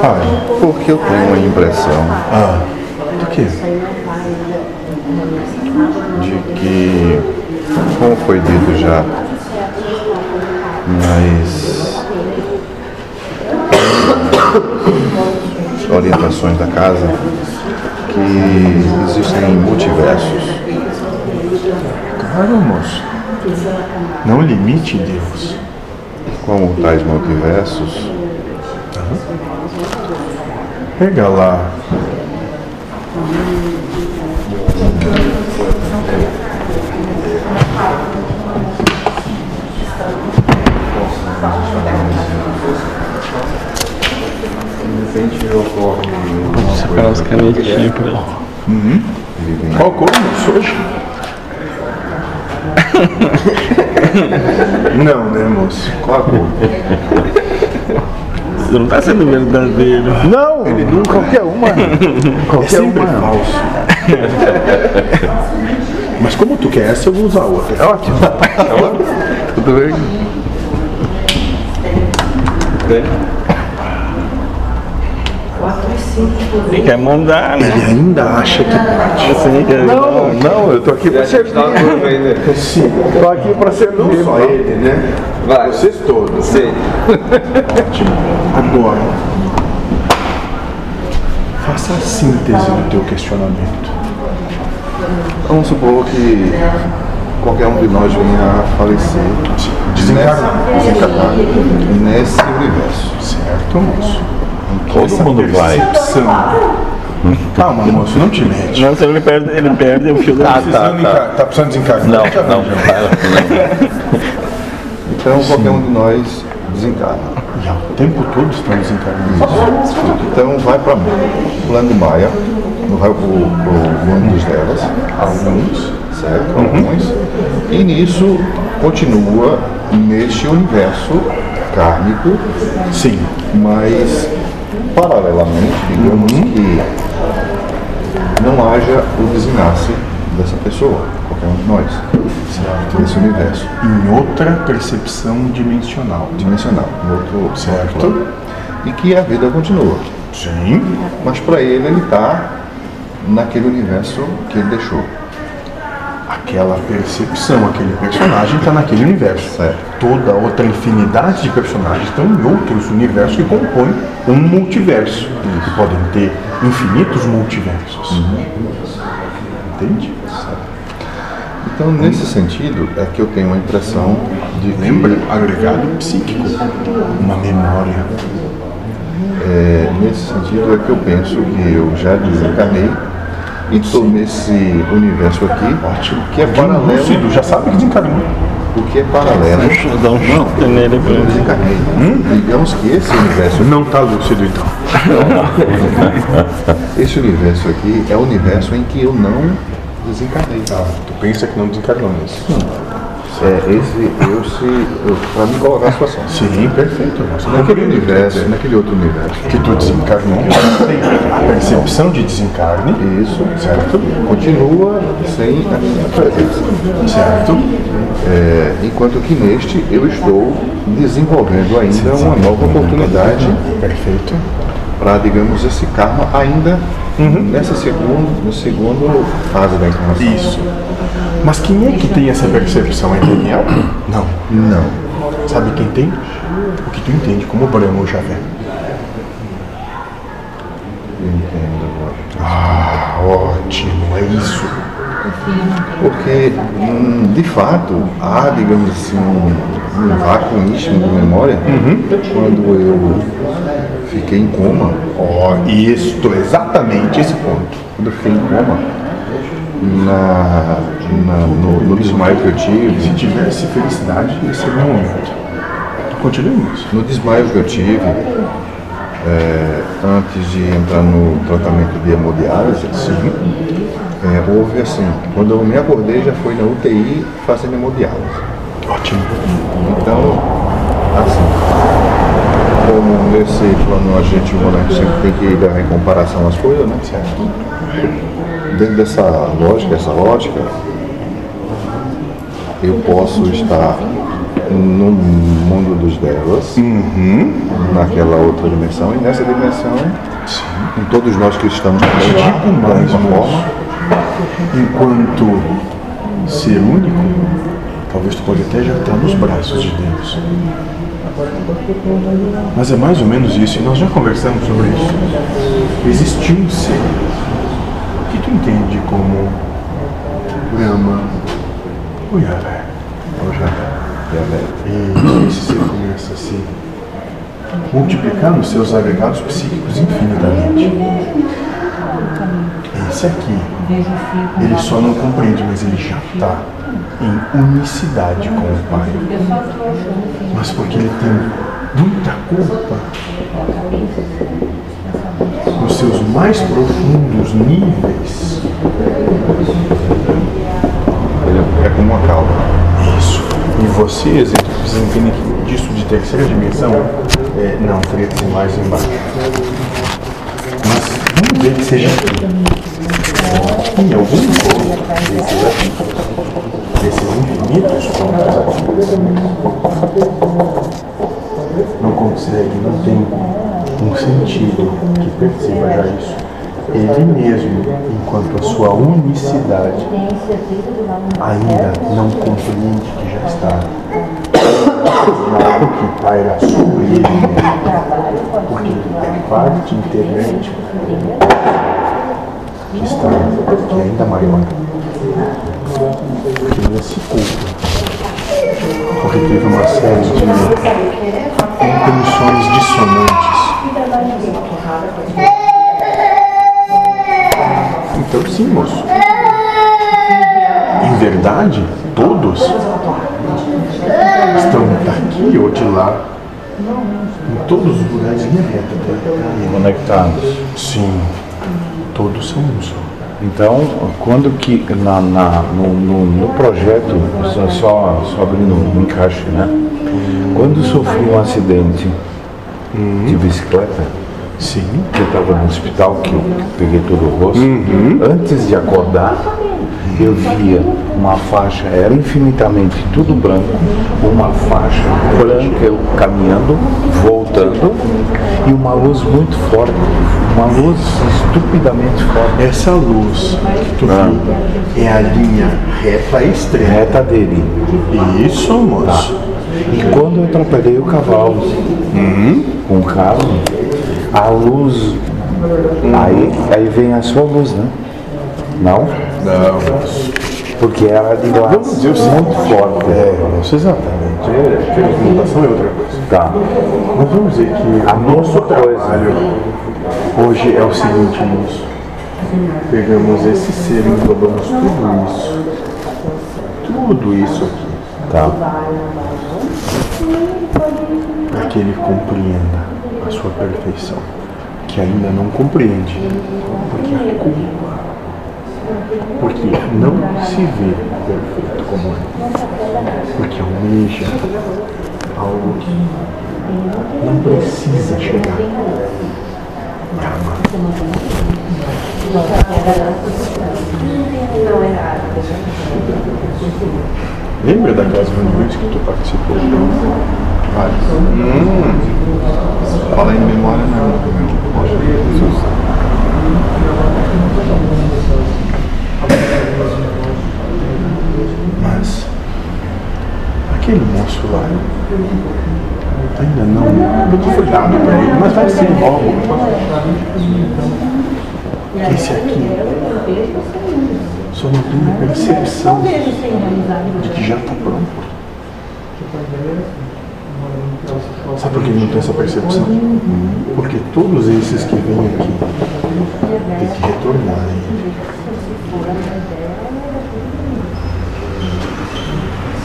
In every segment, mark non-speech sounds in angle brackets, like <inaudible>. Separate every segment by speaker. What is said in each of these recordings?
Speaker 1: Pai, porque É. eu tenho a impressão
Speaker 2: Ah, do quê?
Speaker 1: de que, como foi dito já, nas orientações da casa, que existem multiversos.
Speaker 2: Claro, Ah, moço. Não limite Deus.
Speaker 1: Como tais multiversos,
Speaker 2: Pega lá.
Speaker 1: de repente ocorre uma
Speaker 3: Pegar as
Speaker 1: coisa
Speaker 3: canetinhas pra...
Speaker 1: vivem
Speaker 2: Qual cor, moço, hoje? <laughs> Não, né, moço? Qual a cor?
Speaker 3: Você não tá sendo verdadeiro.
Speaker 2: Não, ele nunca. Qualquer <laughs> uma. Qualquer uma. É <laughs> falso. Mas como tu quer essa, eu vou usar outra. É ótimo.
Speaker 1: Tudo bem?
Speaker 3: Ele quer mandar, né?
Speaker 2: E ainda acha que pode.
Speaker 3: Assim, quer...
Speaker 2: Não, tá não, eu tô aqui pra servir. Sim, tô aqui pra servir. Não só ele, né?
Speaker 4: Vai.
Speaker 2: Vocês todos. né?
Speaker 4: Sim.
Speaker 2: Ótimo. Agora, faça a síntese do teu questionamento.
Speaker 1: Vamos supor que qualquer um de nós venha a falecer.
Speaker 2: Desencarnar.
Speaker 1: Nessa- desencarnar. Nesse universo.
Speaker 2: Certo, moço?
Speaker 1: Essa
Speaker 2: Percepção. <laughs> Calma, moço, não te mete.
Speaker 3: Não, senão ele perde, ele perde o fio da...
Speaker 2: Tá, tá. tá precisando desencarnar? Não, não.
Speaker 1: Então qualquer um de nós desencarna.
Speaker 2: Já o tempo todo estão desencarnando.
Speaker 1: Então vai para o plano de Maia, não vai para o mundo delas, alguns, certo?
Speaker 2: Uhum.
Speaker 1: Alguns. E nisso continua neste universo kármico,
Speaker 2: Sim.
Speaker 1: mas paralelamente, digamos
Speaker 2: Uhum.
Speaker 1: que não haja o desenlace dessa pessoa, qualquer um de nós,
Speaker 2: Certo.
Speaker 1: nesse universo
Speaker 2: Em outra percepção dimensional.
Speaker 1: dimensional, no outro
Speaker 2: Certo.
Speaker 1: plano. E que a vida continua.
Speaker 2: Sim.
Speaker 1: Mas para ele, ele está naquele universo que ele deixou.
Speaker 2: Aquela percepção, aquele personagem está naquele universo.
Speaker 1: Certo.
Speaker 2: Toda outra infinidade de personagens estão em outros universos que compõem um multiverso. Que podem ter infinitos multiversos.
Speaker 1: Uhum.
Speaker 2: Entende?
Speaker 1: Então, nesse sentido, é que eu tenho a impressão de que
Speaker 2: Lembra? Agregado psíquico. Uma memória.
Speaker 1: É, nesse sentido é que eu penso que eu já desencarnei e estou nesse universo aqui,
Speaker 2: Ótimo.
Speaker 1: que é
Speaker 2: Lúcido,
Speaker 1: paralelo,
Speaker 2: já sabe que desencarnou.
Speaker 1: o que é paralelo.
Speaker 3: Dá um chute nele
Speaker 1: Eu
Speaker 3: pra...
Speaker 1: desencarnei.
Speaker 2: Hum?
Speaker 1: Digamos que esse universo,
Speaker 2: Não está lúcido, então.
Speaker 1: esse universo aqui é o universo em que eu não desencarnei. tá?
Speaker 2: Tu pensa que não desencarnou nisso.
Speaker 1: É, esse, eu se, para me colocar a situação.
Speaker 2: Sim, perfeito. Nossa, é
Speaker 1: Naquele universo, naquele outro universo,
Speaker 2: que tu desencarnou, a percepção de desencarne,
Speaker 1: isso
Speaker 2: certo?
Speaker 1: continua sem a minha presença.
Speaker 2: Certo?
Speaker 1: É, enquanto que neste eu estou desenvolvendo
Speaker 2: É
Speaker 1: ainda uma nova oportunidade
Speaker 2: Perfeito.
Speaker 1: para, digamos, esse karma ainda nessa segunda no segundo fase da encarnação.
Speaker 2: Isso. Mas quem é que tem essa percepção? É Daniel? Não.
Speaker 1: Não.
Speaker 2: Sabe quem tem? O que tu entende como Brahma ou Javé.
Speaker 1: Eu entendo agora.
Speaker 2: Ah, ótimo, é isso.
Speaker 1: Porque, hum, de fato, há, digamos assim, um, um vácuo íntimo de memória quando eu fiquei em coma.
Speaker 2: Ó, isto, exatamente esse ponto.
Speaker 1: Quando eu fiquei em coma, na, na- no, no desmaio que eu tive,
Speaker 2: Se tivesse felicidade, esse seria o momento. Continuemos.
Speaker 1: No desmaio que eu tive, é, antes de entrar no tratamento de hemodiálise, é, houve assim, quando eu me acordei já foi na UTI fazendo hemodiálise.
Speaker 2: Ótimo.
Speaker 1: Então, assim, como nesse plano a gente humano sempre tem que dar em comparação as coisas, né? Dentro dessa lógica, essa ótica, eu posso estar
Speaker 5: no mundo dos delas, naquela outra dimensão, e nessa dimensão, em todos nós que estamos também,
Speaker 2: Digo
Speaker 5: de
Speaker 2: mais,
Speaker 5: alguma
Speaker 2: moço,
Speaker 5: forma,
Speaker 2: enquanto ser único, talvez tu pode até já estar nos braços de Deus. Mas é mais ou menos isso, e nós já conversamos sobre isso. Existe um ser que tu entende como Brahma, o Yavé. O
Speaker 1: é,
Speaker 2: E esse ser começa a se multiplicar nos seus agregados psíquicos infinitamente. Esse aqui, ele só não compreende, mas ele já está em unicidade com o Pai. Mas porque ele tem muita culpa nos seus mais profundos níveis.
Speaker 5: ele é como uma calma.
Speaker 2: Isso. E você, tá exemplo, entende que disso de terceira dimensão, é, não, teria que ser mais embaixo. Mas vamos ver que seja aqui. Em algum ponto desses aqui, desses infinitos pontos aqui, não consegue, não tem um sentido que perceba já isso. Ele mesmo, enquanto a sua unicidade, ainda não compreende que já está na hora que paira sobre ele, porque ele é parte integrante que está que é ainda maior, que ainda se culpa, porque teve uma série de intenções dissonantes. Então sim, moço. Em verdade, todos estão daqui ou de lá, em todos os lugares linha reta. Né?
Speaker 1: conectados.
Speaker 2: Sim, todos são um só.
Speaker 1: Então, quando que na, na- no, no- no projeto, só, só, só abrindo um encaixe, né? Quando eu sofri um acidente de bicicleta,
Speaker 2: Sim,
Speaker 1: que eu estava no hospital, que eu peguei todo o rosto, antes de acordar, eu via uma faixa, era infinitamente tudo branco, uma faixa branca eu caminhando, voltando, e uma luz muito forte, uma luz estupidamente forte.
Speaker 2: essa luz que tu viu é a linha reta extrema.
Speaker 1: reta dele.
Speaker 2: Isso, moço.
Speaker 1: E quando eu atrapalhei o cavalo
Speaker 2: Uhum.
Speaker 1: com o carro, a luz. Aí, aí vem a sua luz, né? Não?
Speaker 5: Não,
Speaker 1: Porque era de lá.
Speaker 2: Vamos dizer o seguinte.
Speaker 1: muito forte.
Speaker 2: É, moço, exatamente. É, mutação é outra coisa.
Speaker 1: Tá.
Speaker 2: Mas vamos dizer que
Speaker 1: A
Speaker 2: o nosso
Speaker 1: mesma coisa.
Speaker 2: trabalho hoje é o seguinte, moço. Pegamos esse ser e englobamos tudo isso. Tudo isso aqui.
Speaker 1: Tá.
Speaker 2: Para que ele compreenda a sua perfeição. Que ainda não compreende. Porque a culpa. Porque não se vê perfeito como é. Porque almeja algo que não precisa chegar. Lembra daquelas reuniões que tu participou? Hum.
Speaker 5: vários. Fala em memória, não. não posso.
Speaker 2: Mas aquele moço lá ainda não, não foi dado para ele, mas vai ser logo. Esse aqui só não tem a percepção de que já está pronto. Sabe por que ele não tem essa percepção? Porque todos esses que vêm aqui têm que retornar a ele.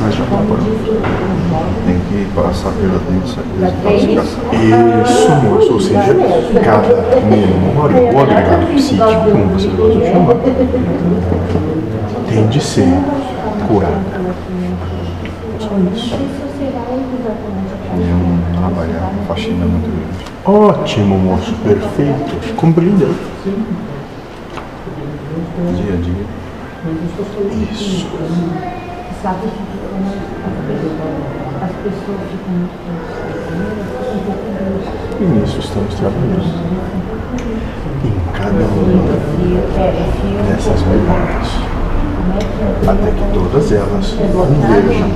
Speaker 2: Mas já está pronto.
Speaker 5: Tem que passar pela densificação.
Speaker 2: Isso, moço, ou seja, cada
Speaker 1: é um
Speaker 2: memória, ou agregado psíquico, como você gosta de chamar, tem de ser curada.
Speaker 5: É um trabalho, é uma faxina muito grande.
Speaker 2: Ótimo, moço, perfeito, compreendeu.
Speaker 5: Dia a dia.
Speaker 2: Isso.
Speaker 1: E nisso estamos trabalhando. Em cada uma dessas memórias. Até que todas elas converjam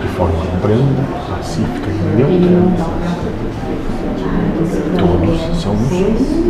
Speaker 1: de forma branda, pacífica e neutra. Todos somos